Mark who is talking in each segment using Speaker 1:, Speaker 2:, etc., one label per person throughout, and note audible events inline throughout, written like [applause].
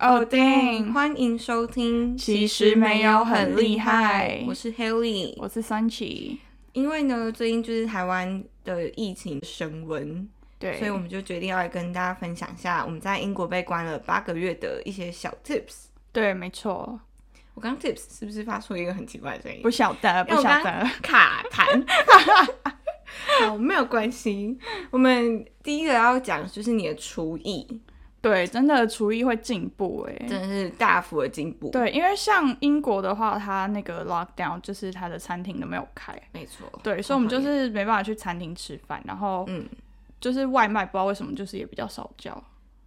Speaker 1: Oh dang！
Speaker 2: 哦欢迎收听，
Speaker 1: 其实没有很厉害
Speaker 2: 我是 Haley。
Speaker 1: 我是三七，
Speaker 2: 因为呢，最近就是台湾的疫情升温，
Speaker 1: 对，
Speaker 2: 所以我们就决定要来跟大家分享一下我们在英国被关了八个月的一些小 tips。
Speaker 1: 对，没错，
Speaker 2: 我刚 tips 是不是发出一个很奇怪的
Speaker 1: [laughs]
Speaker 2: 声音
Speaker 1: 不？晓得，
Speaker 2: 因为
Speaker 1: 不
Speaker 2: 我
Speaker 1: 晓
Speaker 2: 刚
Speaker 1: 得， [laughs]
Speaker 2: 卡痰。 [laughs] 好，没有关系。我们第一个要讲的就是你的厨艺，
Speaker 1: 对，真的厨艺会进步哎、
Speaker 2: 真的是大幅的进步。，
Speaker 1: 对，因为像英国的话，它那个 lockdown 就是它的餐厅都没有开，
Speaker 2: 没错。
Speaker 1: 对，所以我们就是没办法去餐厅吃饭，然后
Speaker 2: 哦嗯，
Speaker 1: 就是外卖，不知道为什么就是也比较少叫。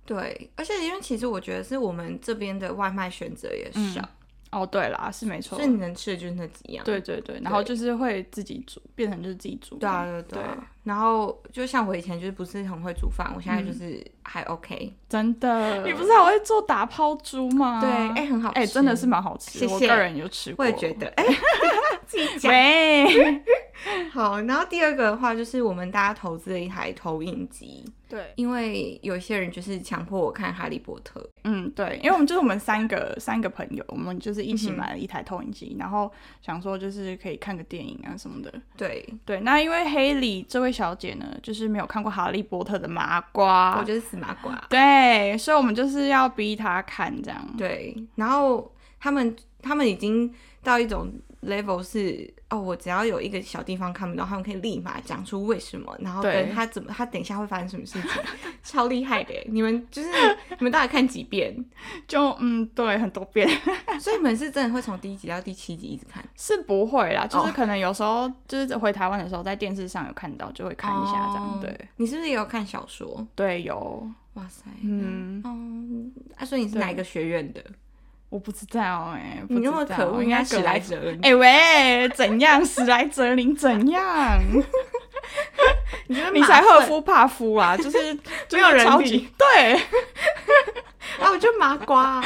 Speaker 2: 对，而且因为其实我觉得是我们这边的外卖选择也少，
Speaker 1: 哦，对啦，是没错
Speaker 2: 所以，你能吃的就是那几样。
Speaker 1: 对对对，然后就是会自己煮，变成就是自己煮。
Speaker 2: 对啊，对啊对啊。然后就像我以前就是不是很会煮饭，我现
Speaker 1: 嗯
Speaker 2: 在就是还 OK。
Speaker 1: 真的，你不是还会做打抛猪吗？
Speaker 2: 对，哎、很好吃，
Speaker 1: 哎、真的是蛮好吃，
Speaker 2: 谢谢
Speaker 1: 我个人有吃
Speaker 2: 我
Speaker 1: 过。
Speaker 2: 也觉得，哎、 [laughs] 自己讲。 [laughs]
Speaker 1: 喂，
Speaker 2: 好，然后第二个的话就是我们大家投资了一台投影机，
Speaker 1: 对，
Speaker 2: 因为有些人就是强迫我看《哈利波特》，
Speaker 1: 嗯，对，因为我们就是我们三个三个朋友，我们就是一起
Speaker 2: 嗯
Speaker 1: 买了一台投影机，然后想说就是可以看个电影啊什么的。
Speaker 2: 对、
Speaker 1: 对，那因为黑里这位小姐呢，就是没有看过《哈利波特》的麻瓜，
Speaker 2: 我就是死麻瓜，
Speaker 1: 对，所以我们就是要逼她看这样。
Speaker 2: 对，然后他们他们已经到一种 level 是哦，我只要有一个小地方看不到，他们可以立马讲出为什么，然后
Speaker 1: 对
Speaker 2: 跟他怎么他等一下会发生什么事情，超厉害的耶！ [laughs] 你们就是你们到底看几遍？
Speaker 1: 就嗯，对，很多遍 [laughs]
Speaker 2: 所以你们是真的会从第一集到第七集一直看
Speaker 1: 是不会啦，就是
Speaker 2: 哦
Speaker 1: 可能有时候、就是回台湾的时候，在电视上有看到，就会看一下这样。
Speaker 2: 哦
Speaker 1: 对，
Speaker 2: 你是不是也有看小说？
Speaker 1: 对，有，
Speaker 2: 哇塞，
Speaker 1: 嗯，
Speaker 2: 嗯，啊，所以你是哪一个学院的？
Speaker 1: 我不知道哎、不
Speaker 2: 你那么
Speaker 1: 知道
Speaker 2: 可恶，
Speaker 1: 应
Speaker 2: 应
Speaker 1: 该
Speaker 2: 该
Speaker 1: 是
Speaker 2: 史莱哲林。
Speaker 1: 哎、喂，怎样？史莱哲林怎样？ [laughs]
Speaker 2: 你觉得
Speaker 1: 你才赫夫帕夫啊， [laughs] 就是
Speaker 2: 没有人
Speaker 1: 超
Speaker 2: 理
Speaker 1: 级对，
Speaker 2: 啊，我就麻瓜、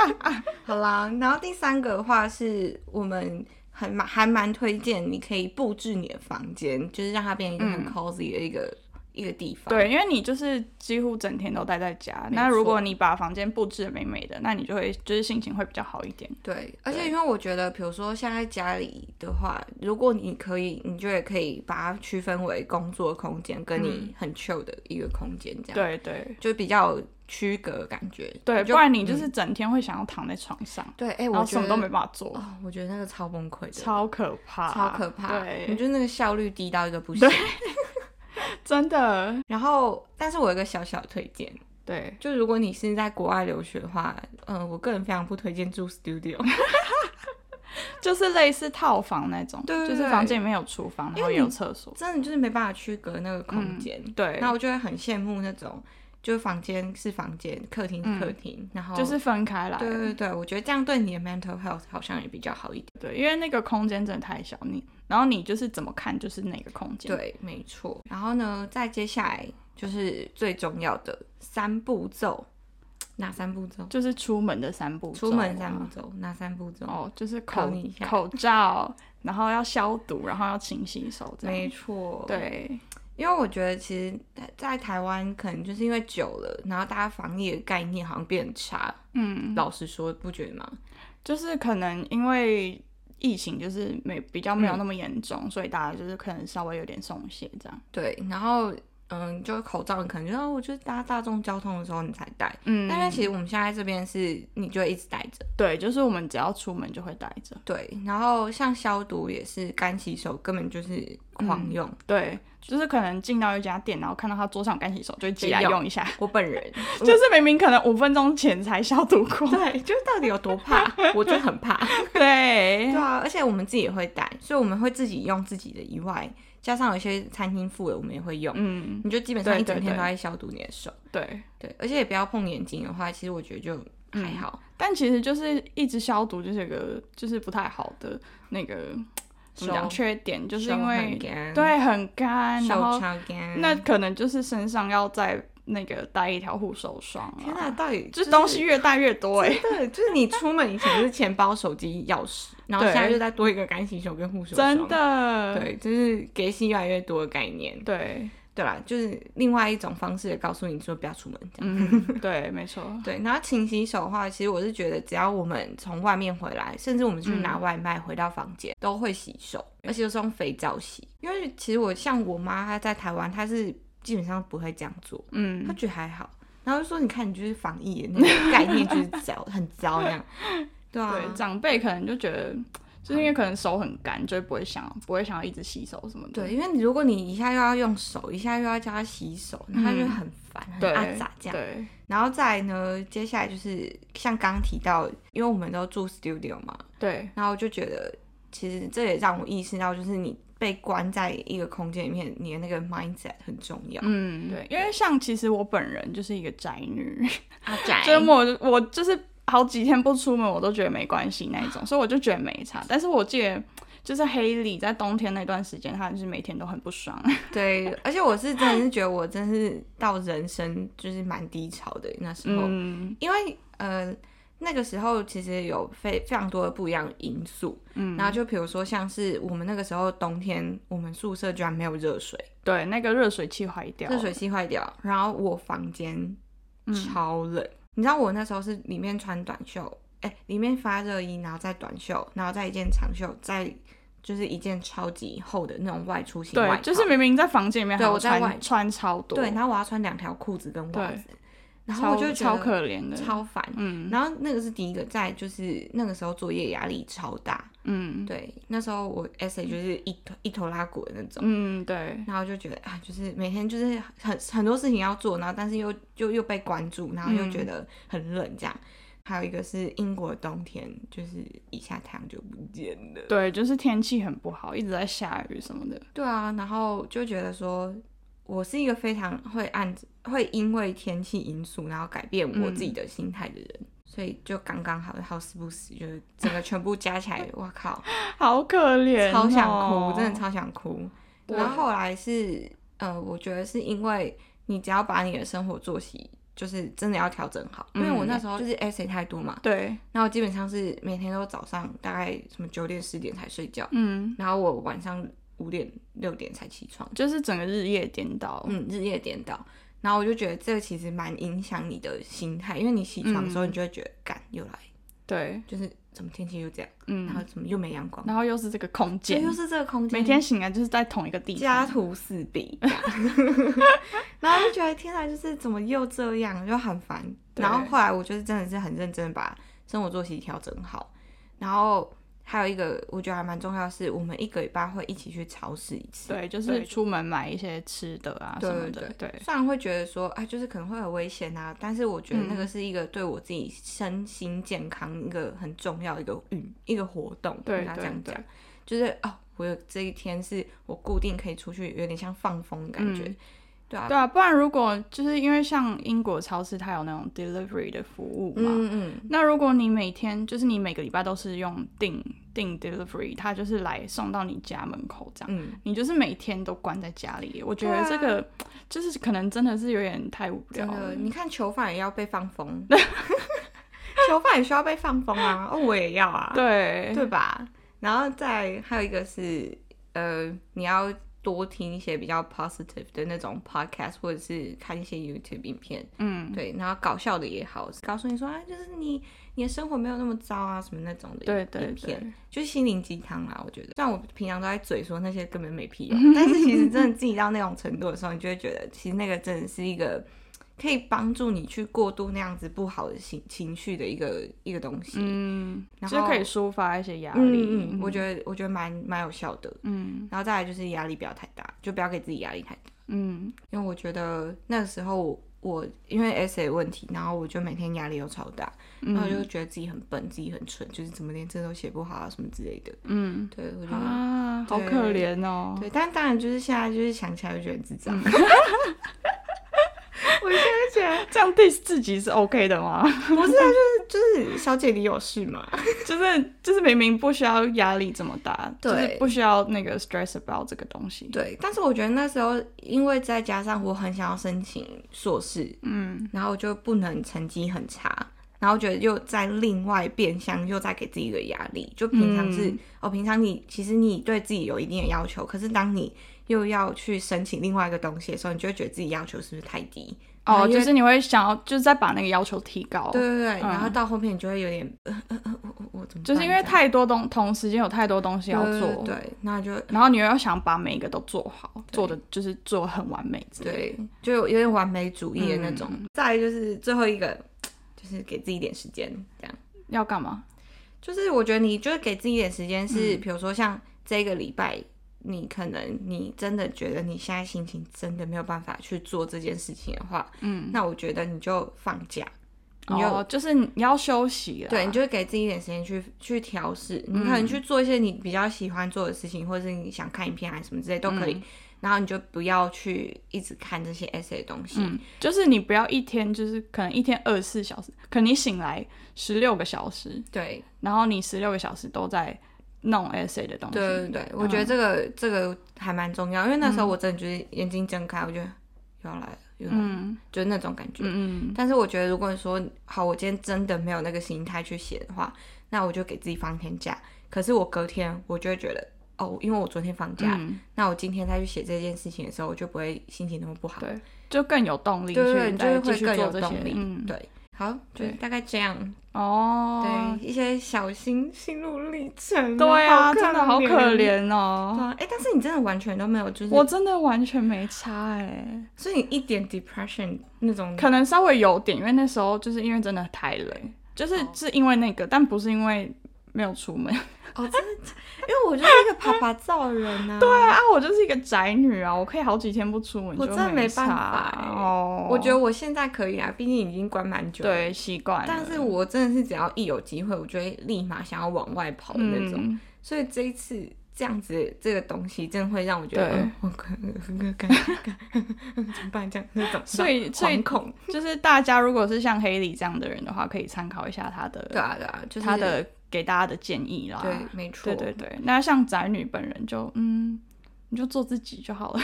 Speaker 2: [laughs] 好啦，然后第三个的话是我们很蛮还蛮推荐，你可以布置你的房间，就是让它变成一个很 cozy 的一个、一个地
Speaker 1: 嗯
Speaker 2: 方。
Speaker 1: 对，因为你就是几乎整天都待在家，那
Speaker 2: 没错
Speaker 1: 如果你把房间布置的美美的，那你就会就是心情会比较好一点。
Speaker 2: 对，而且因为我觉得，比如说像在家里的话，如果你可以，你就也可以把它区分为工作空间跟你很 chill 的一个空间，这样、
Speaker 1: 嗯对对
Speaker 2: 就比较有区隔的感觉。
Speaker 1: 对，
Speaker 2: 就
Speaker 1: 不然你就是整天会想要躺在床上，
Speaker 2: 对，哎、
Speaker 1: 然
Speaker 2: 我
Speaker 1: 后
Speaker 2: 觉
Speaker 1: 什
Speaker 2: 得
Speaker 1: 么都没办法做，
Speaker 2: 哦，我觉得那个超崩溃的，
Speaker 1: 超可怕，
Speaker 2: 超可怕，你
Speaker 1: 对，
Speaker 2: 就那个效率低到一个不行。
Speaker 1: 真的，
Speaker 2: [laughs] 然后，但是我有一个小小推荐，
Speaker 1: 对，
Speaker 2: 就如果你是在国外留学的话，嗯，我个人非常不推荐住 studio，
Speaker 1: 就是类似套房那种，
Speaker 2: 对对
Speaker 1: 就是
Speaker 2: 对
Speaker 1: 房间里面有厨房，然后
Speaker 2: 因为
Speaker 1: 也
Speaker 2: 你
Speaker 1: 有厕所，
Speaker 2: 真的就是没办法区隔那个空间。
Speaker 1: 嗯对，
Speaker 2: 那我就会很羡慕那种，就是房间是房间，客厅是客厅，然后
Speaker 1: 就是分开来，
Speaker 2: 哦对对对，我觉得这样对你的 mental health 好像也比较好一点。
Speaker 1: 对，因为那个空间真的太小，你然后你就是怎么看就是哪个空间。，
Speaker 2: 对，没错。然后呢，再接下来就是最重要的三步骤，哪三步骤？
Speaker 1: 就是出门的三步骤啊。
Speaker 2: 出门三步骤，哪三步骤？
Speaker 1: 哦，就是
Speaker 2: 考
Speaker 1: 口
Speaker 2: 你一下
Speaker 1: 口罩，然后要消毒，然后要勤洗手，这
Speaker 2: 没
Speaker 1: 样。
Speaker 2: 错，。
Speaker 1: 对
Speaker 2: 因为我觉得其实在，在台湾可能就是因为久了，然后大家防疫的概念好像变很差。嗯，老实说，不觉得吗？
Speaker 1: 就是可能因为疫情就是没比较
Speaker 2: 嗯
Speaker 1: 没有那么严重，所以大家就是可能稍微有点松懈这样。
Speaker 2: 对，然后嗯，就是口罩，你可能就哦，我就是搭大众交通的时候你才戴，
Speaker 1: 嗯，
Speaker 2: 但是其实我们现在这边是你就一直戴着。
Speaker 1: 对，就是我们只要出门就会带着。
Speaker 2: 对，然后像消毒也是干洗手，根本就是狂用。
Speaker 1: 对，就是可能进到一家店，然后看到他桌上有干洗手，就会起来
Speaker 2: 就用
Speaker 1: 用一下。
Speaker 2: 我本 [laughs] 人
Speaker 1: 就是明明可能五分钟前才消毒过，
Speaker 2: 对，就是到底有多怕，我就很怕。 [laughs]
Speaker 1: 对
Speaker 2: 对啊，而且我们自己也会带，所以我们会自己用自己的以外，加上有些餐厅付的，我们也会用。
Speaker 1: 嗯，
Speaker 2: 你就基本上
Speaker 1: 对
Speaker 2: 一整
Speaker 1: 对
Speaker 2: 天
Speaker 1: 对
Speaker 2: 都在消毒你的手，
Speaker 1: 对。
Speaker 2: 对，而且也不要碰眼睛的话，其实我觉得就
Speaker 1: 嗯
Speaker 2: 还好，
Speaker 1: 但其实就是一直消毒，就是有个就是不太好的那个怎么讲
Speaker 2: 手
Speaker 1: 缺点，就是
Speaker 2: 手
Speaker 1: 因为
Speaker 2: 很干，，
Speaker 1: 对很干，然
Speaker 2: 手
Speaker 1: 后
Speaker 2: 超干。
Speaker 1: 那可能就是身上要再那个带一条护手霜
Speaker 2: 天
Speaker 1: 啊，
Speaker 2: 哪，到底
Speaker 1: 就是东西越带越多哎、
Speaker 2: 对，就是你出门以前是钱包、手机、钥匙，然后
Speaker 1: 对
Speaker 2: 现在就再多一个干洗手跟护手霜，
Speaker 1: 真的，
Speaker 2: 对，就是给洗越来越多的概念。
Speaker 1: 对
Speaker 2: 对啦，就是另外一种方式也告诉你说不要出门这样。 [laughs]
Speaker 1: 嗯，对，没错。
Speaker 2: 对，然后勤洗手的话，其实我是觉得，只要我们从外面回来，甚至我们去
Speaker 1: 嗯
Speaker 2: 拿外卖回到房间，都会洗手，而且都是用肥皂洗。因为其实我像我妈，她在台湾，她是基本上不会这样做，
Speaker 1: 嗯
Speaker 2: 她觉得还好。然后就说，你看你就是防疫的那个概念就是 [laughs] 糟，很糟那样。对啊，
Speaker 1: 对，长辈可能就觉得，就是因为可能手很干，就不会想不会想要一直洗手什么的。
Speaker 2: 对，因为你如果你一下又要用手，一下又要叫她洗手，那她就很烦，很
Speaker 1: 嗯对，
Speaker 2: 阿杂这样。
Speaker 1: 对，
Speaker 2: 然后再来呢，接下来就是像刚刚提到，因为我们都住 studio 嘛，
Speaker 1: 对，
Speaker 2: 然后我就觉得，其实这也让我意识到，就是你被关在一个空间里面，你的那个 mindset 很重要。
Speaker 1: 嗯，对，因为像其实我本人就是一个宅女，
Speaker 2: 阿宅
Speaker 1: 就是我我就是好几天不出门，我都觉得没关系那一种，所以我就觉得没差。但是我记得就是黑里在冬天那段时间，他就是每天都很不爽。
Speaker 2: 对，而且我是真的是觉得，我真是到人生就是蛮低潮的那时候，
Speaker 1: 嗯
Speaker 2: 因为呃那个时候其实有非非常多的不一样的因素，嗯，然后就比如说像是我们那个时候冬天，我们宿舍居然没有热水，
Speaker 1: 对，那个热水器坏掉了，嗯
Speaker 2: 热水器坏掉，然后我房间超冷、你知道我那时候是里面穿短袖，哎、里面发热衣，然后再短袖，然后再一件长袖，再就是一件超级厚的那种外出型外
Speaker 1: 对，
Speaker 2: 套
Speaker 1: 就是明明在房间里面，
Speaker 2: 对
Speaker 1: 还要
Speaker 2: 我在外
Speaker 1: 穿穿超多，
Speaker 2: 对，然后我要穿两条裤子跟袜子，然后
Speaker 1: 超
Speaker 2: 我就觉
Speaker 1: 超
Speaker 2: 得
Speaker 1: 可怜的，
Speaker 2: 超烦。
Speaker 1: 嗯
Speaker 2: 然后那个是第一个，再就是那个时候作业压力超大，
Speaker 1: 嗯
Speaker 2: 对，那时候我 essay 就是一头一头拉骨的那种。
Speaker 1: 嗯，对，
Speaker 2: 然后就觉得啊，就是每天就是很很多事情要做，然后但是又就又被关注，然后又觉得很冷这样。还有一个是英国的冬天，就是一下太阳就不见了。
Speaker 1: 对，就是天气很不好，一直在下雨什么的。
Speaker 2: 对啊，然后就觉得说，我是一个非常会按会因为天气因素，然后改变我自己的心态的人。所以就刚刚好，好死不死，就是整个全部加起来，哇靠，
Speaker 1: 好可怜、
Speaker 2: 超想哭，真的。超想哭。
Speaker 1: 哦对
Speaker 2: 然后后来是，呃，我觉得是因为你只要把你的生活作息，就是真的要调整好。因为
Speaker 1: 嗯
Speaker 2: 我那时候就是 essay 太多嘛，
Speaker 1: 对，
Speaker 2: 然后基本上是每天都早上大概什么九点十点才睡觉，
Speaker 1: 嗯，
Speaker 2: 然后我晚上五点六点才起床，
Speaker 1: 就是整个日夜颠倒。
Speaker 2: 嗯，日夜颠倒。然后我就觉得这其实蛮影响你的心态，因为你起床的时
Speaker 1: 嗯
Speaker 2: 候，你就会觉得，干、又来，
Speaker 1: 对，
Speaker 2: 就是怎么天气又这样，然后
Speaker 1: 嗯，
Speaker 2: 怎么又没阳光，
Speaker 1: 然后又是这个空
Speaker 2: 这
Speaker 1: 间
Speaker 2: 又，是这个空间，
Speaker 1: 每天醒来就是在同一个地
Speaker 2: 家
Speaker 1: 方。
Speaker 2: 徒四壁，这样然后就觉得天哪，就是怎么又这样，就很烦。
Speaker 1: 对
Speaker 2: 然后后来我就是真的是很认真地把生活作息调整好，然后还有一个我觉得还蛮重要的是，我们一个礼拜会一起去超市一次。
Speaker 1: 对，就是出门买一些吃的啊
Speaker 2: 对
Speaker 1: 什么
Speaker 2: 对
Speaker 1: 的。对，
Speaker 2: 虽然会觉得说，哎，就是可能会有危险啊，但是我觉得那
Speaker 1: 嗯
Speaker 2: 个是一个对我自己身心健康一个很重要的一个运一个活动，
Speaker 1: 对
Speaker 2: 跟大家这样
Speaker 1: 对
Speaker 2: 讲，就是哦，我有这一天是我固定可以出去，有点像放风的感觉，
Speaker 1: 嗯
Speaker 2: 对啊，
Speaker 1: 对啊，不然如果就是因为像英国超市，它有那种 delivery 的服务嘛，
Speaker 2: 嗯嗯，
Speaker 1: 那如果你每天就是你每个礼拜都是用订订 delivery，它就是来送到你家门口这样，
Speaker 2: 嗯，
Speaker 1: 你就是每天都关在家里，我觉
Speaker 2: 对
Speaker 1: 得
Speaker 2: 啊
Speaker 1: 这个、就是可能真的是有点太无聊
Speaker 2: 真
Speaker 1: 了
Speaker 2: 的，。你看囚犯也要被放风， [laughs] 囚犯也需要被放风啊，哦，我也要啊，
Speaker 1: 对
Speaker 2: 对吧？然后再还有一个是，呃，你要多听一些比较 positive 的那种 podcast，或者是看一些 YouTube 影片，
Speaker 1: 嗯，
Speaker 2: 对，然后搞笑的也好，告诉你说啊，就是你你的生活没有那么糟啊，什么那种的
Speaker 1: 对
Speaker 2: 影
Speaker 1: 对
Speaker 2: 影片
Speaker 1: 对，
Speaker 2: 就是心灵鸡汤啦，我觉得。虽然我平常都在嘴说那些根本没屁 [laughs] 用，但是其实真的自己到那种程度的时候，你就会觉得，其实那个真的是一个可以帮助你去过渡那样子不好的情情绪的一个一个东西。
Speaker 1: 嗯，
Speaker 2: 然
Speaker 1: 就
Speaker 2: 后
Speaker 1: 可以抒发一些压力。
Speaker 2: 嗯嗯，我觉得我觉得蛮蛮有效的。
Speaker 1: 嗯
Speaker 2: 然后再来就是压力不要太大，就不要给自己压力太大，
Speaker 1: 嗯，
Speaker 2: 因为我觉得那个时候我我因为 essay 问题，然后我就每天压力又超大，
Speaker 1: 嗯
Speaker 2: 然后我就觉得自己很笨，自己很蠢，就是怎么连这都写不好啊什么之类的。
Speaker 1: 嗯
Speaker 2: 对，我觉得。
Speaker 1: 啊，好
Speaker 2: 对
Speaker 1: 可怜哦。嗯
Speaker 2: 对，但当然就是现在就是想起来就觉得很智障。 [laughs] 我现在觉得
Speaker 1: [laughs] 这样 diss 自己是 OK 的吗？ [laughs]
Speaker 2: 不是啊，就是就是小姐你有事吗？
Speaker 1: 就是就是明明不需要压力这么大，
Speaker 2: 对
Speaker 1: 就是不需要那个 stress about 这个东西。，哦
Speaker 2: 对，但是我觉得那时候因为再加上我很想要申请硕士，
Speaker 1: 嗯，
Speaker 2: 然后我就不能成绩很差，然后觉得又在另外变相又在给自己一
Speaker 1: 嗯
Speaker 2: 个压力。就平常是、哦，平常你其实你对自己有一定的要求，可是当你又要去申请另外一个东西的时候，你就会觉得自己要求是不是太低？
Speaker 1: 哦，
Speaker 2: 然后因
Speaker 1: 就
Speaker 2: 为
Speaker 1: 是你会想要，就是再把那个要求提高。
Speaker 2: 对对对，然后到后面你就会有点，呃呃呃，我我我怎
Speaker 1: 嗯
Speaker 2: 么办
Speaker 1: 就是因为太多东，同时间有太多东西
Speaker 2: 这样
Speaker 1: 要
Speaker 2: 对
Speaker 1: 做，
Speaker 2: 对对，那就
Speaker 1: 然后你又要想把每一个都做好，做的就是做得很完美之类的。
Speaker 2: 对，就有点完美主义的
Speaker 1: 嗯
Speaker 2: 那种。再来就是最后一个，就是给自己一点时间，这样。
Speaker 1: 要干嘛？
Speaker 2: 就是我觉得你就是给自己一点时间，
Speaker 1: 嗯
Speaker 2: 是比如说像这个礼拜，你可能你真的觉得你现在心情真的没有办法去做这件事情的话，嗯，那我觉得你就放假，你就
Speaker 1: 哦，就是你要休息了。
Speaker 2: 对，你就给自己一点时间去去调试，你可
Speaker 1: 嗯
Speaker 2: 能去做一些你比较喜欢做的事情，或者是你想看影片啊什么之类都
Speaker 1: 嗯
Speaker 2: 可以。然后你就不要去一直看这些 essay 的东西，
Speaker 1: 嗯，就是你不要一天，就是可能一天二十四小时，可能你醒来十六个小时，
Speaker 2: 对
Speaker 1: 然后你十六个小时都在弄 essay 的东西。嗯
Speaker 2: 对对对，我觉得这个、这个还蛮重要，因为那时候我真的就是眼睛睁开，我觉得又要来了，又要来了，
Speaker 1: 嗯
Speaker 2: 就是那种感觉。
Speaker 1: 嗯嗯，
Speaker 2: 但是我觉得，如果你说好，我今天真的没有那个心态去写的话，那我就给自己放天假。可是我隔天我就会觉得，哦，因为我昨天放假，
Speaker 1: 嗯
Speaker 2: 那我今天再去写这件事情的时候，我就不会心情那么不好。
Speaker 1: 对，就更有动力
Speaker 2: 对对对，
Speaker 1: 去
Speaker 2: 你就
Speaker 1: 再
Speaker 2: 会
Speaker 1: 继
Speaker 2: 会
Speaker 1: 续
Speaker 2: 更
Speaker 1: 做
Speaker 2: 有
Speaker 1: 这
Speaker 2: 动
Speaker 1: 些。
Speaker 2: 力。
Speaker 1: 嗯，
Speaker 2: 对，好，就
Speaker 1: 对
Speaker 2: 是大概这样。
Speaker 1: 哦，
Speaker 2: 对，一些小心心路历程。
Speaker 1: 对啊，
Speaker 2: 好可
Speaker 1: 真的好可
Speaker 2: 怜。
Speaker 1: 怜
Speaker 2: 对
Speaker 1: 哦。
Speaker 2: 啊，哎，但是你真的完全都没有，就是
Speaker 1: 我真的完全没差哎、
Speaker 2: 所以你一点 depression 那种
Speaker 1: 可能稍微有点，因为那时候就是因为真的太累，就是
Speaker 2: 哦
Speaker 1: 是因为那个，但不是因为没有出门
Speaker 2: 哦，真的假，因为我就是一个啪啪照的人
Speaker 1: [laughs]
Speaker 2: 呐、啊。对啊，
Speaker 1: 啊，我就是一个宅女啊，我可以好几天不出门，
Speaker 2: 我
Speaker 1: 就
Speaker 2: 真的
Speaker 1: 没
Speaker 2: 没办法
Speaker 1: 差
Speaker 2: 欸
Speaker 1: 哦。
Speaker 2: 我觉得我现在可以啊，毕竟已经关蛮久。，
Speaker 1: 对习惯了，
Speaker 2: 但是我真的是只要一有机会，我就会立马想要往外跑的那种。
Speaker 1: 嗯，
Speaker 2: 所以这一次这样子这个东西，真的会让我觉得，
Speaker 1: 对
Speaker 2: 嗯我可能该怎么办这样那种。
Speaker 1: 所以所以
Speaker 2: 惶恐，
Speaker 1: 就是大家如果是像黑里这样的人的话，可以参考一下他的
Speaker 2: 对啊对啊，就是
Speaker 1: 他的给大家的建议啦。
Speaker 2: 对，没
Speaker 1: 对
Speaker 2: 错。
Speaker 1: 对对，那像宅女本人就嗯，你就做自己就好了。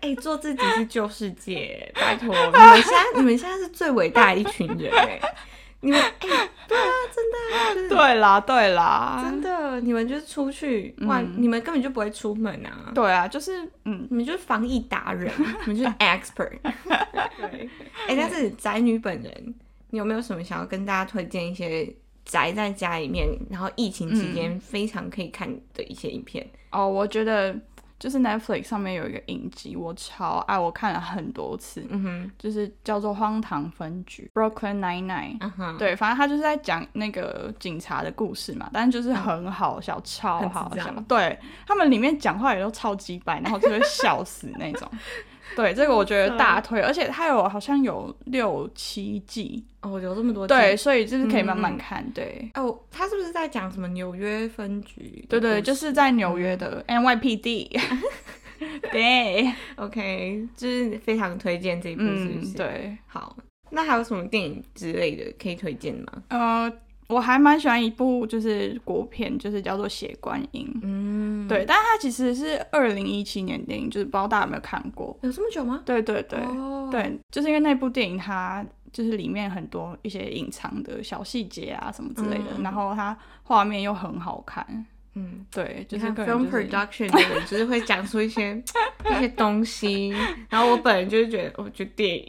Speaker 2: 哎、做自己是救世界，
Speaker 1: [laughs]
Speaker 2: 拜托！你们现在你们现在是最伟大的一群人哎、你们哎、对啊，真的啊，就
Speaker 1: [laughs]
Speaker 2: 是
Speaker 1: 对啊啦对啦，
Speaker 2: 真的，你们就是出去哇，
Speaker 1: 嗯
Speaker 2: 你们根本就不会出门啊，
Speaker 1: 对啊，就是嗯，
Speaker 2: 你们就是防疫
Speaker 1: [laughs]
Speaker 2: 达人，你们就是 expert。对， [laughs] 哎、但是宅女本人，你有没有什么想要跟大家推荐一些宅在家里面，然后疫情期间非常可以看的一些影片？
Speaker 1: 哦，我觉得就是 Netflix 上面有一个影集，我超爱，我看了很多次，
Speaker 2: 嗯哼，
Speaker 1: 就是叫做《荒唐分局》（Brooklyn Nine Nine）。
Speaker 2: 嗯哼，
Speaker 1: 对，反正他就是在讲那个警察的故事嘛，但是就是很好笑，超
Speaker 2: 很
Speaker 1: 好
Speaker 2: 智
Speaker 1: 笑
Speaker 2: 障。
Speaker 1: 对他们里面讲话也都超级白，然后就会笑死那种。对，这个我觉得大推，而且它有好像有六七季，
Speaker 2: 哦，有这么多
Speaker 1: 对，
Speaker 2: 集。
Speaker 1: 所以就是可以慢
Speaker 2: 嗯嗯
Speaker 1: 慢
Speaker 2: 嗯
Speaker 1: 看。对，
Speaker 2: 哦，他是不是在讲什么纽约分局的
Speaker 1: 对
Speaker 2: 故事？
Speaker 1: 对，
Speaker 2: 嗯
Speaker 1: 就是在纽约的
Speaker 2: [laughs]
Speaker 1: NYPD。对，
Speaker 2: OK，就是非常推荐这一部，是不
Speaker 1: 嗯，
Speaker 2: 是？，
Speaker 1: 对，
Speaker 2: 好，那还有什么电影之类的可以推荐吗？
Speaker 1: 呃，我还蛮喜欢一部就是国片，就是叫做《血观音》。
Speaker 2: 嗯，
Speaker 1: 对，但它其实是二零一七年电影，就是不知道大家有没有看过。
Speaker 2: 有这么久吗？
Speaker 1: 对对对、
Speaker 2: 哦，
Speaker 1: 对，就是因为那部电影它就是里面很多一些隐藏的小细节啊什么之类的，
Speaker 2: 嗯
Speaker 1: 然后它画面又很好看。
Speaker 2: 嗯，
Speaker 1: 对，就
Speaker 2: 你
Speaker 1: 是个
Speaker 2: 看 film
Speaker 1: 人就是
Speaker 2: production 的人就是会讲出一些一些东西，然后我本人就是觉得，我觉得电影，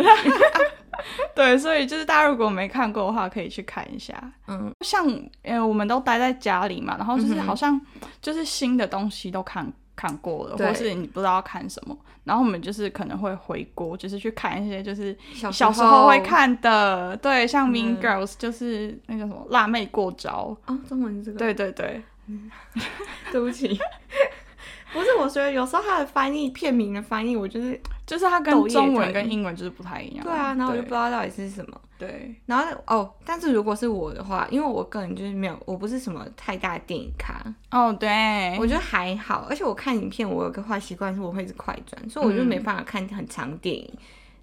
Speaker 1: [laughs] 对，所以就是大家如果没看过的话，可以去看一下。
Speaker 2: 嗯，
Speaker 1: 像呃，我们都待在家里嘛，然后就是好像就是新的东西都看看过了，
Speaker 2: 对
Speaker 1: 或是你不知道要看什么，然后我们就是可能会回国，就是去看一些就是
Speaker 2: 小
Speaker 1: 小时
Speaker 2: 时
Speaker 1: 候会看的，对，像
Speaker 2: 嗯
Speaker 1: Mean Girls 就是那个什么辣妹过招，
Speaker 2: 哦，中文这个，
Speaker 1: 对对对，
Speaker 2: 对不起， [laughs] 不是，我觉得有时候它的翻译片名的翻译，我就是
Speaker 1: 就是它跟
Speaker 2: 抖夜
Speaker 1: 中文
Speaker 2: 疼
Speaker 1: 跟英文就是不太一样，
Speaker 2: 对啊，然后我就不知
Speaker 1: 对
Speaker 2: 道到底是什么。
Speaker 1: 对
Speaker 2: 然后哦，但是如果是我的话，因为我个人就是没有，我不是什么太大的电影咖，
Speaker 1: 哦对，
Speaker 2: 我觉得还好。而且我看影片，我有个坏习惯是我会一直快转，所以我就没办法看很长电影。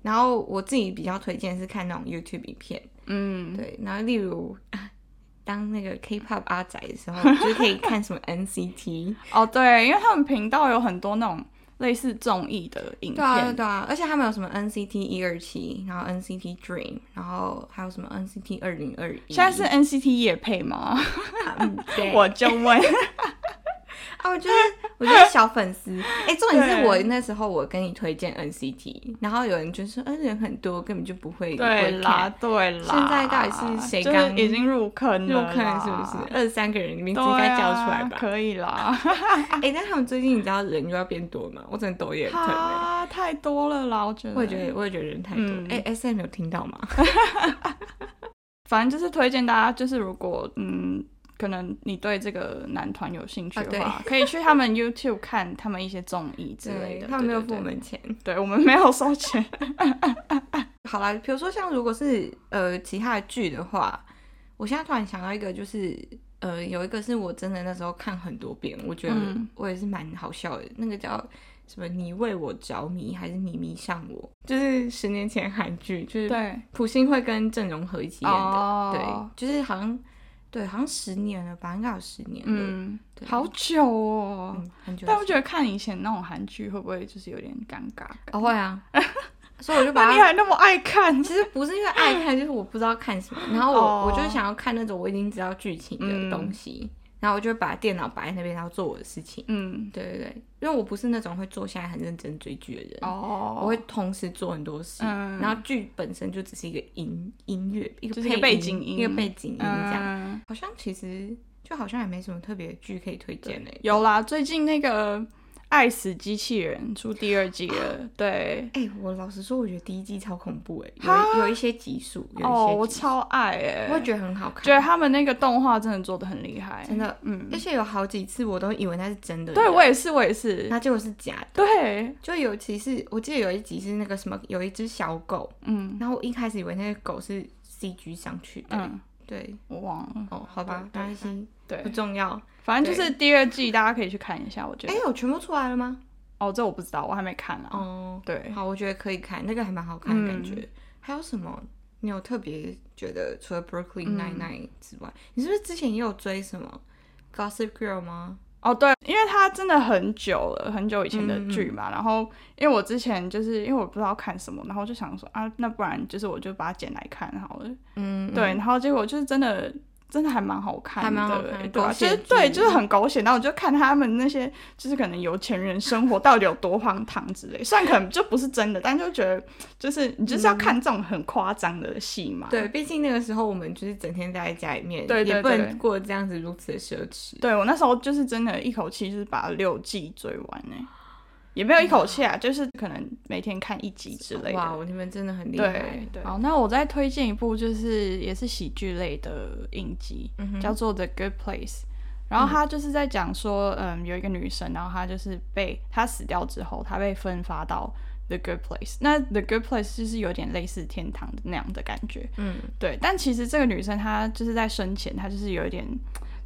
Speaker 2: 然后我自己比较推荐是看那种 YouTube 影片，
Speaker 1: 嗯
Speaker 2: 对。然后例如 [laughs] 啊，当那个 K-pop 阿仔的时候， [laughs] 就是可以看什么 NCT，
Speaker 1: 哦对，因为他们频道有很多那种类似综艺的影
Speaker 2: 对啊
Speaker 1: 片，
Speaker 2: 对啊，而且他们有什么 NCT 一二七，然后 NCT Dream，然后还有什么 NCT 二零二一， [laughs]
Speaker 1: 现在是 NCT 夜配吗？
Speaker 2: 嗯对
Speaker 1: 我就问，
Speaker 2: 啊，我觉得我觉得小粉丝，哎、重点是
Speaker 1: 对
Speaker 2: 我那时候我跟你推荐 NCT，然后有人就说，嗯、人很多，根本就不会
Speaker 1: 对
Speaker 2: 不会
Speaker 1: 啦
Speaker 2: 看，
Speaker 1: 对啦。
Speaker 2: 现在到底是谁
Speaker 1: 就是
Speaker 2: 刚
Speaker 1: 已经入坑
Speaker 2: 入
Speaker 1: 了啦？
Speaker 2: 坑了是不是？二十三个人里面
Speaker 1: 对
Speaker 2: 应
Speaker 1: 啊？
Speaker 2: 该叫出来吧？
Speaker 1: 可以啦，
Speaker 2: 哎、但他们最近你知道人又要变多吗？我真的抖也疼、欸。
Speaker 1: 啊，太多了啦，我觉得。
Speaker 2: 我也觉得，我也觉得人太多。
Speaker 1: 嗯
Speaker 2: 哎、s M 有听到吗？
Speaker 1: 反正就是推荐大家，就是如果嗯，可能你对这个男团有兴趣的话，
Speaker 2: 啊
Speaker 1: 可以去他们 YouTube 看他们一些综艺 [laughs] 之类的。
Speaker 2: 他们没有付
Speaker 1: 对
Speaker 2: 我，们钱。
Speaker 1: 对对对我们没有收
Speaker 2: [laughs]
Speaker 1: 钱。
Speaker 2: 好啦，比如说像如果是呃其他的剧的话，我现在突然想到一个，就是呃有一个是我真的那时候看很多遍，我觉得
Speaker 1: 嗯
Speaker 2: 我也是蛮好笑的，那个叫什么“你为我着迷”还是“你迷上我”，就是十年前韩剧，就是
Speaker 1: 对，
Speaker 2: 朴信惠跟郑容和一起演的，
Speaker 1: 哦
Speaker 2: 对，就是好像对好像十年了吧，应该有十年了，嗯，
Speaker 1: 嗯，
Speaker 2: 对嗯
Speaker 1: 好久哦。
Speaker 2: 很久了。
Speaker 1: 但我觉得看以前那种韩剧会不会就是有点尴尬？
Speaker 2: 哦
Speaker 1: [laughs]
Speaker 2: 会啊，所以我就把
Speaker 1: 那
Speaker 2: 它
Speaker 1: 你还那么爱看， [laughs]
Speaker 2: 其实不是因为爱看，就是我不知道看什么，然后我、
Speaker 1: 哦
Speaker 2: 我就想要看那种我已经知道剧情的东西，然后我就把电脑摆在那边，然后做我的事情。
Speaker 1: 嗯，
Speaker 2: 对对对，因为我不是那种会坐下来很认真追剧的人，
Speaker 1: 哦，
Speaker 2: 我会同时做很多事，
Speaker 1: 嗯
Speaker 2: 然后剧本身就只是一个音音乐，一个
Speaker 1: 就是一个
Speaker 2: 配
Speaker 1: 背景音
Speaker 2: 一个背景音这样。
Speaker 1: 嗯，
Speaker 2: 好像其实就好像也没什么特别的剧可以推荐欸嘞、
Speaker 1: 有啦，最近那个《爱死机器人》出第二季了，对，
Speaker 2: 哎、我老实说，我觉得第一季超恐怖哎、
Speaker 1: 哈
Speaker 2: 有有一些集数，有一些集数啊
Speaker 1: 哦，我超爱哎、
Speaker 2: 我会觉得很好看，
Speaker 1: 觉得他们那个动画真的做的很厉害，
Speaker 2: 真的，
Speaker 1: 嗯，
Speaker 2: 而且有好几次我都以为那是真的人，
Speaker 1: 对我也是，我也是，
Speaker 2: 那结果是假的。
Speaker 1: 对，
Speaker 2: 就尤其是我记得有一集是那个什么，有一只小狗，
Speaker 1: 嗯
Speaker 2: 然后我一开始以为那个狗是 CG 上去的，
Speaker 1: 嗯，
Speaker 2: 对，
Speaker 1: 我忘了，
Speaker 2: 哦，好吧，没
Speaker 1: 对
Speaker 2: 关系，
Speaker 1: 对
Speaker 2: 不，重要。
Speaker 1: 反正就是第二季，大家可以去看一下，我觉得
Speaker 2: 哎，，有全部出来了吗？
Speaker 1: 哦，这我不知道，我还没看啊，
Speaker 2: 哦，
Speaker 1: 对，
Speaker 2: 好，我觉得可以看，那个还蛮好看的感
Speaker 1: 嗯
Speaker 2: 觉。还有什么？你有特别觉得除了 Brooklyn Nine Nine 之外，你是不是之前也有追什么 Gossip Girl 吗？
Speaker 1: 哦，对，因为它真的很久了，很久以前的剧
Speaker 2: 嗯
Speaker 1: 嘛。然后，因为我之前就是因为我不知道看什么，然后我就想说啊，那不然就是我就把它剪来看好了。
Speaker 2: 嗯，
Speaker 1: 对，然后结果就是真的，真的还蛮好看的，
Speaker 2: 还蛮好看
Speaker 1: 对、
Speaker 2: 狗
Speaker 1: 啊，
Speaker 2: 血
Speaker 1: 就是
Speaker 2: 剧
Speaker 1: 对，就是很狗血。然后我就看他们那些就是可能有钱人生活到底有多荒唐之类，虽然可能就不是真的，但就觉得就是你就是要看这种很夸张的戏嘛。
Speaker 2: 嗯对，毕竟那个时候我们就是整天待在家里面，
Speaker 1: 对对
Speaker 2: 也不
Speaker 1: 对
Speaker 2: 能过这样子如此的奢侈。
Speaker 1: 对我那时候就是真的一口气就是把六季追完呢、也没有一口气啊，就是可能每天看一集之类
Speaker 2: 哇，哦
Speaker 1: 的。
Speaker 2: 我你们真的很厉害
Speaker 1: 对。对，好，那我再推荐一部，就是也是喜剧类的影集，
Speaker 2: 嗯哼嗯
Speaker 1: 叫做《The Good Place》。然后他就是在讲说，嗯，有一个女生，然后她就是被她死掉之后，她被分发到 The Good Place。那 The Good Place 就是有点类似天堂的那样的感觉。
Speaker 2: 嗯，
Speaker 1: 对，但其实这个女生她就是在生前，她就是有一点，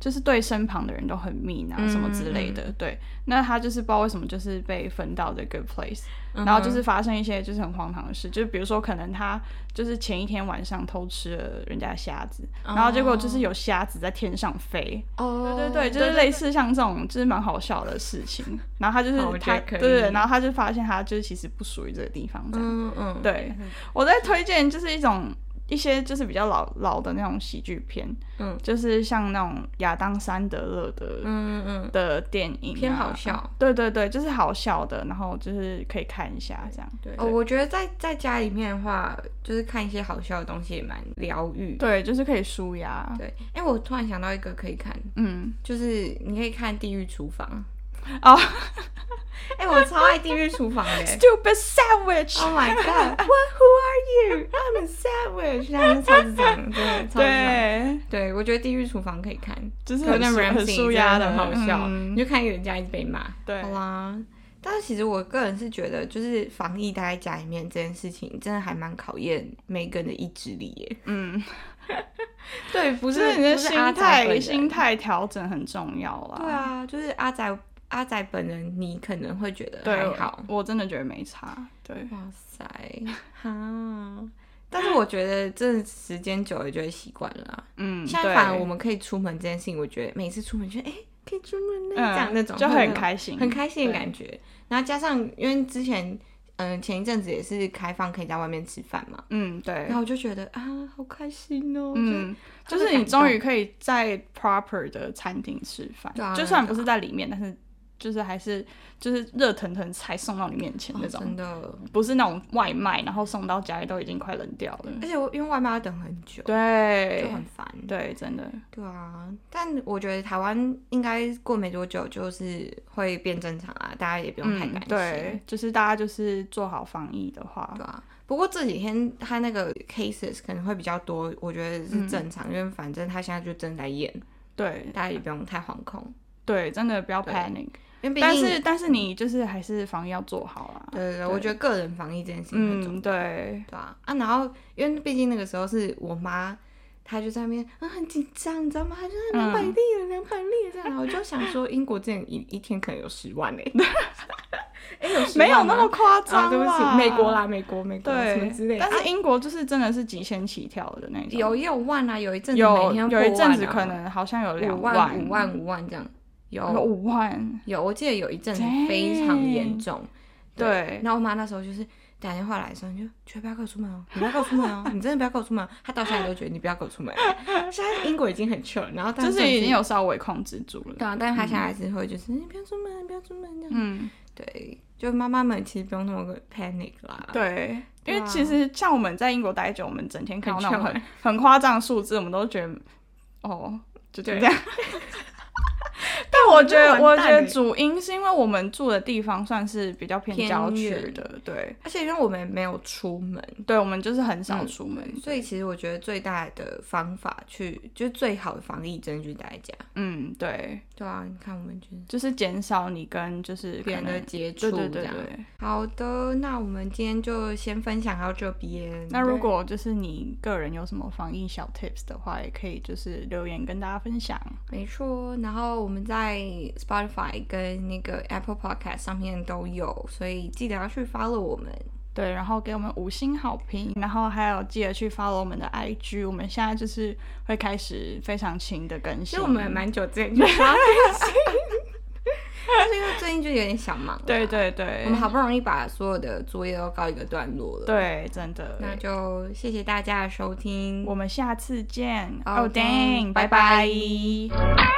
Speaker 1: 就是对身旁的人都很 mean 啊，
Speaker 2: 嗯
Speaker 1: 什么之类的。对，那她就是不知道为什么就是被分到这个 place，、
Speaker 2: 嗯哼
Speaker 1: 然后就是发生一些就是很荒唐的事，就是比如说可能她就是前一天晚上偷吃了人家的虾子，然后结果就是有虾子在天上飞。
Speaker 2: 哦
Speaker 1: 对对对，就是类似像这种，就是蛮好笑的事情。然后她就
Speaker 2: 好我
Speaker 1: 是
Speaker 2: 觉
Speaker 1: 她，
Speaker 2: 得
Speaker 1: 对
Speaker 2: 可以
Speaker 1: 对，对然后她就发现她就是其实不属于这个地方，这样。
Speaker 2: 嗯嗯，
Speaker 1: 对，我在推荐就是一种一些就是比较老老的那种喜剧片，
Speaker 2: 嗯
Speaker 1: 就是像那种亚当·山德勒的、
Speaker 2: 嗯嗯，
Speaker 1: 的电影、啊
Speaker 2: 偏好笑。
Speaker 1: 对对对，就是好笑的，然后就是可以看一下这样。对
Speaker 2: 哦，我觉得在在家里面的话，就是看一些好笑的东西也蛮疗愈。
Speaker 1: 对，就是可以舒压。
Speaker 2: 对，哎，我突然想到一个可以看，
Speaker 1: 嗯，
Speaker 2: 就是你可以看《地狱厨房》
Speaker 1: 哦。
Speaker 2: [laughs] 哎，我超爱《地狱厨房》的。 [laughs]
Speaker 1: Stupid Sandwich，、
Speaker 2: Oh my god! [laughs] What? Who are you? I'm a sandwich. 那是超级长，对，超级长。
Speaker 1: 对，
Speaker 2: 对，我觉得《地狱厨房》可以看，
Speaker 1: 就是
Speaker 2: 可
Speaker 1: 很
Speaker 2: 能
Speaker 1: 舒
Speaker 2: Ramsey
Speaker 1: 很舒压
Speaker 2: 很好笑，
Speaker 1: 嗯
Speaker 2: 你就看一个人家一直被骂。
Speaker 1: 对
Speaker 2: 好啦。但是其实我个人是觉得，就是防疫待在家里面这件事情，真的还蛮考验每个人的意志力耶。
Speaker 1: 嗯，
Speaker 2: [laughs] 对，不
Speaker 1: 就是是你的
Speaker 2: 不是
Speaker 1: 心
Speaker 2: 阿宅本
Speaker 1: 态
Speaker 2: 人
Speaker 1: 心。态调整很重要啦。
Speaker 2: 对啊，就是阿仔阿仔本人，你可能会觉得
Speaker 1: 对，
Speaker 2: 还好。
Speaker 1: 我真的觉得没差。对，
Speaker 2: 哇塞，哈！但是我觉得这时间久了就会习惯了啊。
Speaker 1: 嗯，
Speaker 2: 现
Speaker 1: 对
Speaker 2: 在反而我们可以出门这件事情，我觉得每次出门就哎、可以出门了，哎这样
Speaker 1: 嗯
Speaker 2: 那种
Speaker 1: 就
Speaker 2: 会有
Speaker 1: 很开心，
Speaker 2: 很开心的感觉。然后加上因为之前嗯、前一阵子也是开放可以在外面吃饭嘛，
Speaker 1: 嗯，对
Speaker 2: 然，后我就觉得啊好开心哦，就是
Speaker 1: 嗯，就是你终于可以在 proper 的餐厅吃饭
Speaker 2: 对啊，
Speaker 1: 就算不是在里面，但是就是还是就是热腾腾菜送到你面前那种，
Speaker 2: 哦
Speaker 1: 嗯
Speaker 2: 真的。
Speaker 1: 不是那种外卖，然后送到家里都已经快冷掉了。
Speaker 2: 而且我因为外卖要等很久，就
Speaker 1: 对，
Speaker 2: 很烦。
Speaker 1: 对，真的，
Speaker 2: 对啊，但我觉得台湾应该过没多久就是会变正常啊啦，大家也不用太担
Speaker 1: 嗯，
Speaker 2: 心。
Speaker 1: 对，就是大家就是做好防疫的话，
Speaker 2: 对啊，不过这几天他那个 cases 可能会比较多，我觉得是正常，因为反正他现在就正在演，
Speaker 1: 对
Speaker 2: 大家也不用太惶恐，
Speaker 1: 对，真的不要
Speaker 2: 对
Speaker 1: panic。
Speaker 2: 因为毕
Speaker 1: 但
Speaker 2: 竟
Speaker 1: 是但是你就是还是防疫要做好啦。
Speaker 2: 对对对，我觉得个人防疫这件事情很重要，
Speaker 1: 嗯，对，
Speaker 2: 对啊啊，然后因为毕竟那个时候是我妈，她就在那边啊很紧张，你知道吗？她就在两百例了，两百例 [laughs] 了这样，然后我就想说英国之前一一天可能有十万哎、 [laughs] 欸，哎、有10万
Speaker 1: 没有那
Speaker 2: 吗
Speaker 1: 么夸
Speaker 2: 啊，
Speaker 1: 张、
Speaker 2: 对不
Speaker 1: 啦
Speaker 2: 起，美国。啦，美国美国啦什么
Speaker 1: 对
Speaker 2: 之类，的，
Speaker 1: 但
Speaker 2: 啊
Speaker 1: 是英国就是真的是几千起跳的那种，
Speaker 2: 有也有万啊，有一阵子每
Speaker 1: 有
Speaker 2: 天
Speaker 1: 有一阵子
Speaker 2: 破万
Speaker 1: 可
Speaker 2: 啊
Speaker 1: 能好像有两
Speaker 2: 五万、
Speaker 1: 万
Speaker 2: 五万、五万这样，
Speaker 1: 有
Speaker 2: 有
Speaker 1: 五万，
Speaker 2: 有，我记得有一阵子
Speaker 1: Dang
Speaker 2: 非常严重。
Speaker 1: 对
Speaker 2: 然后我妈那时候就是打电话来的时候，你就绝对不要跟我出门哦，你不要跟我出门哦，你真的不要跟我出门哦。她到现在都觉得你不要跟我出门。现在英国已经很 chill，然后但
Speaker 1: 就是已经
Speaker 2: 有
Speaker 1: 有嗯稍微控制住了。
Speaker 2: 对啊，但是她现在还是会就是你不要出门，你不要出门这样。
Speaker 1: 嗯，
Speaker 2: 对，就妈妈们其实不用那么 panic 啦。
Speaker 1: 对，因
Speaker 2: 对啊
Speaker 1: 为其实像我们在英国待久，我们整天看到那种
Speaker 2: 很
Speaker 1: 很很夸张的数字，我们都觉得哦，就这
Speaker 2: 对 [laughs]
Speaker 1: 样。但我觉得，
Speaker 2: 我觉得完
Speaker 1: 我
Speaker 2: 蛋
Speaker 1: 觉
Speaker 2: 欸
Speaker 1: 得主因是因为我们住的地方算是比较偏
Speaker 2: 偏
Speaker 1: 郊区
Speaker 2: 远
Speaker 1: 的，对，
Speaker 2: 而且因为我们没有出门，
Speaker 1: 对，我们就是很少出门，
Speaker 2: 嗯所以其实我觉得最大的方法去，就是最好的防疫，真的就是待在家。
Speaker 1: 嗯，对，
Speaker 2: 对啊，你看我们就是
Speaker 1: 就是减少你跟就是
Speaker 2: 别人
Speaker 1: 可
Speaker 2: 的
Speaker 1: 能
Speaker 2: 接
Speaker 1: 对
Speaker 2: 触
Speaker 1: 对
Speaker 2: 这
Speaker 1: 对
Speaker 2: 样。
Speaker 1: 对。
Speaker 2: 好的，那我们今天就先分享到这边。
Speaker 1: 那如果就是你个人有什么防疫小 tips 的话，也可以就是留言跟大家分享。
Speaker 2: 没错，然后我们在 Spotify 跟那个 Apple Podcast 上面都有，所以记得要去 follow 我们。
Speaker 1: 对，然后给我们五星好评，然后还有记得去 follow 我们的 IG，我们现在就是会开始非常勤的更
Speaker 2: 其
Speaker 1: 新。
Speaker 2: 实我们蛮久之前就说要更新，但是因为最近就有点小忙。
Speaker 1: [laughs] 对，对对，
Speaker 2: 我们好不容易把所有的作业都告一个段落了。，
Speaker 1: 对，真的，
Speaker 2: 那就谢谢大家的收听，
Speaker 1: 我们下次见。
Speaker 2: 好
Speaker 1: 哦，
Speaker 2: 的
Speaker 1: dang，
Speaker 2: 拜
Speaker 1: 拜
Speaker 2: 拜
Speaker 1: 拜。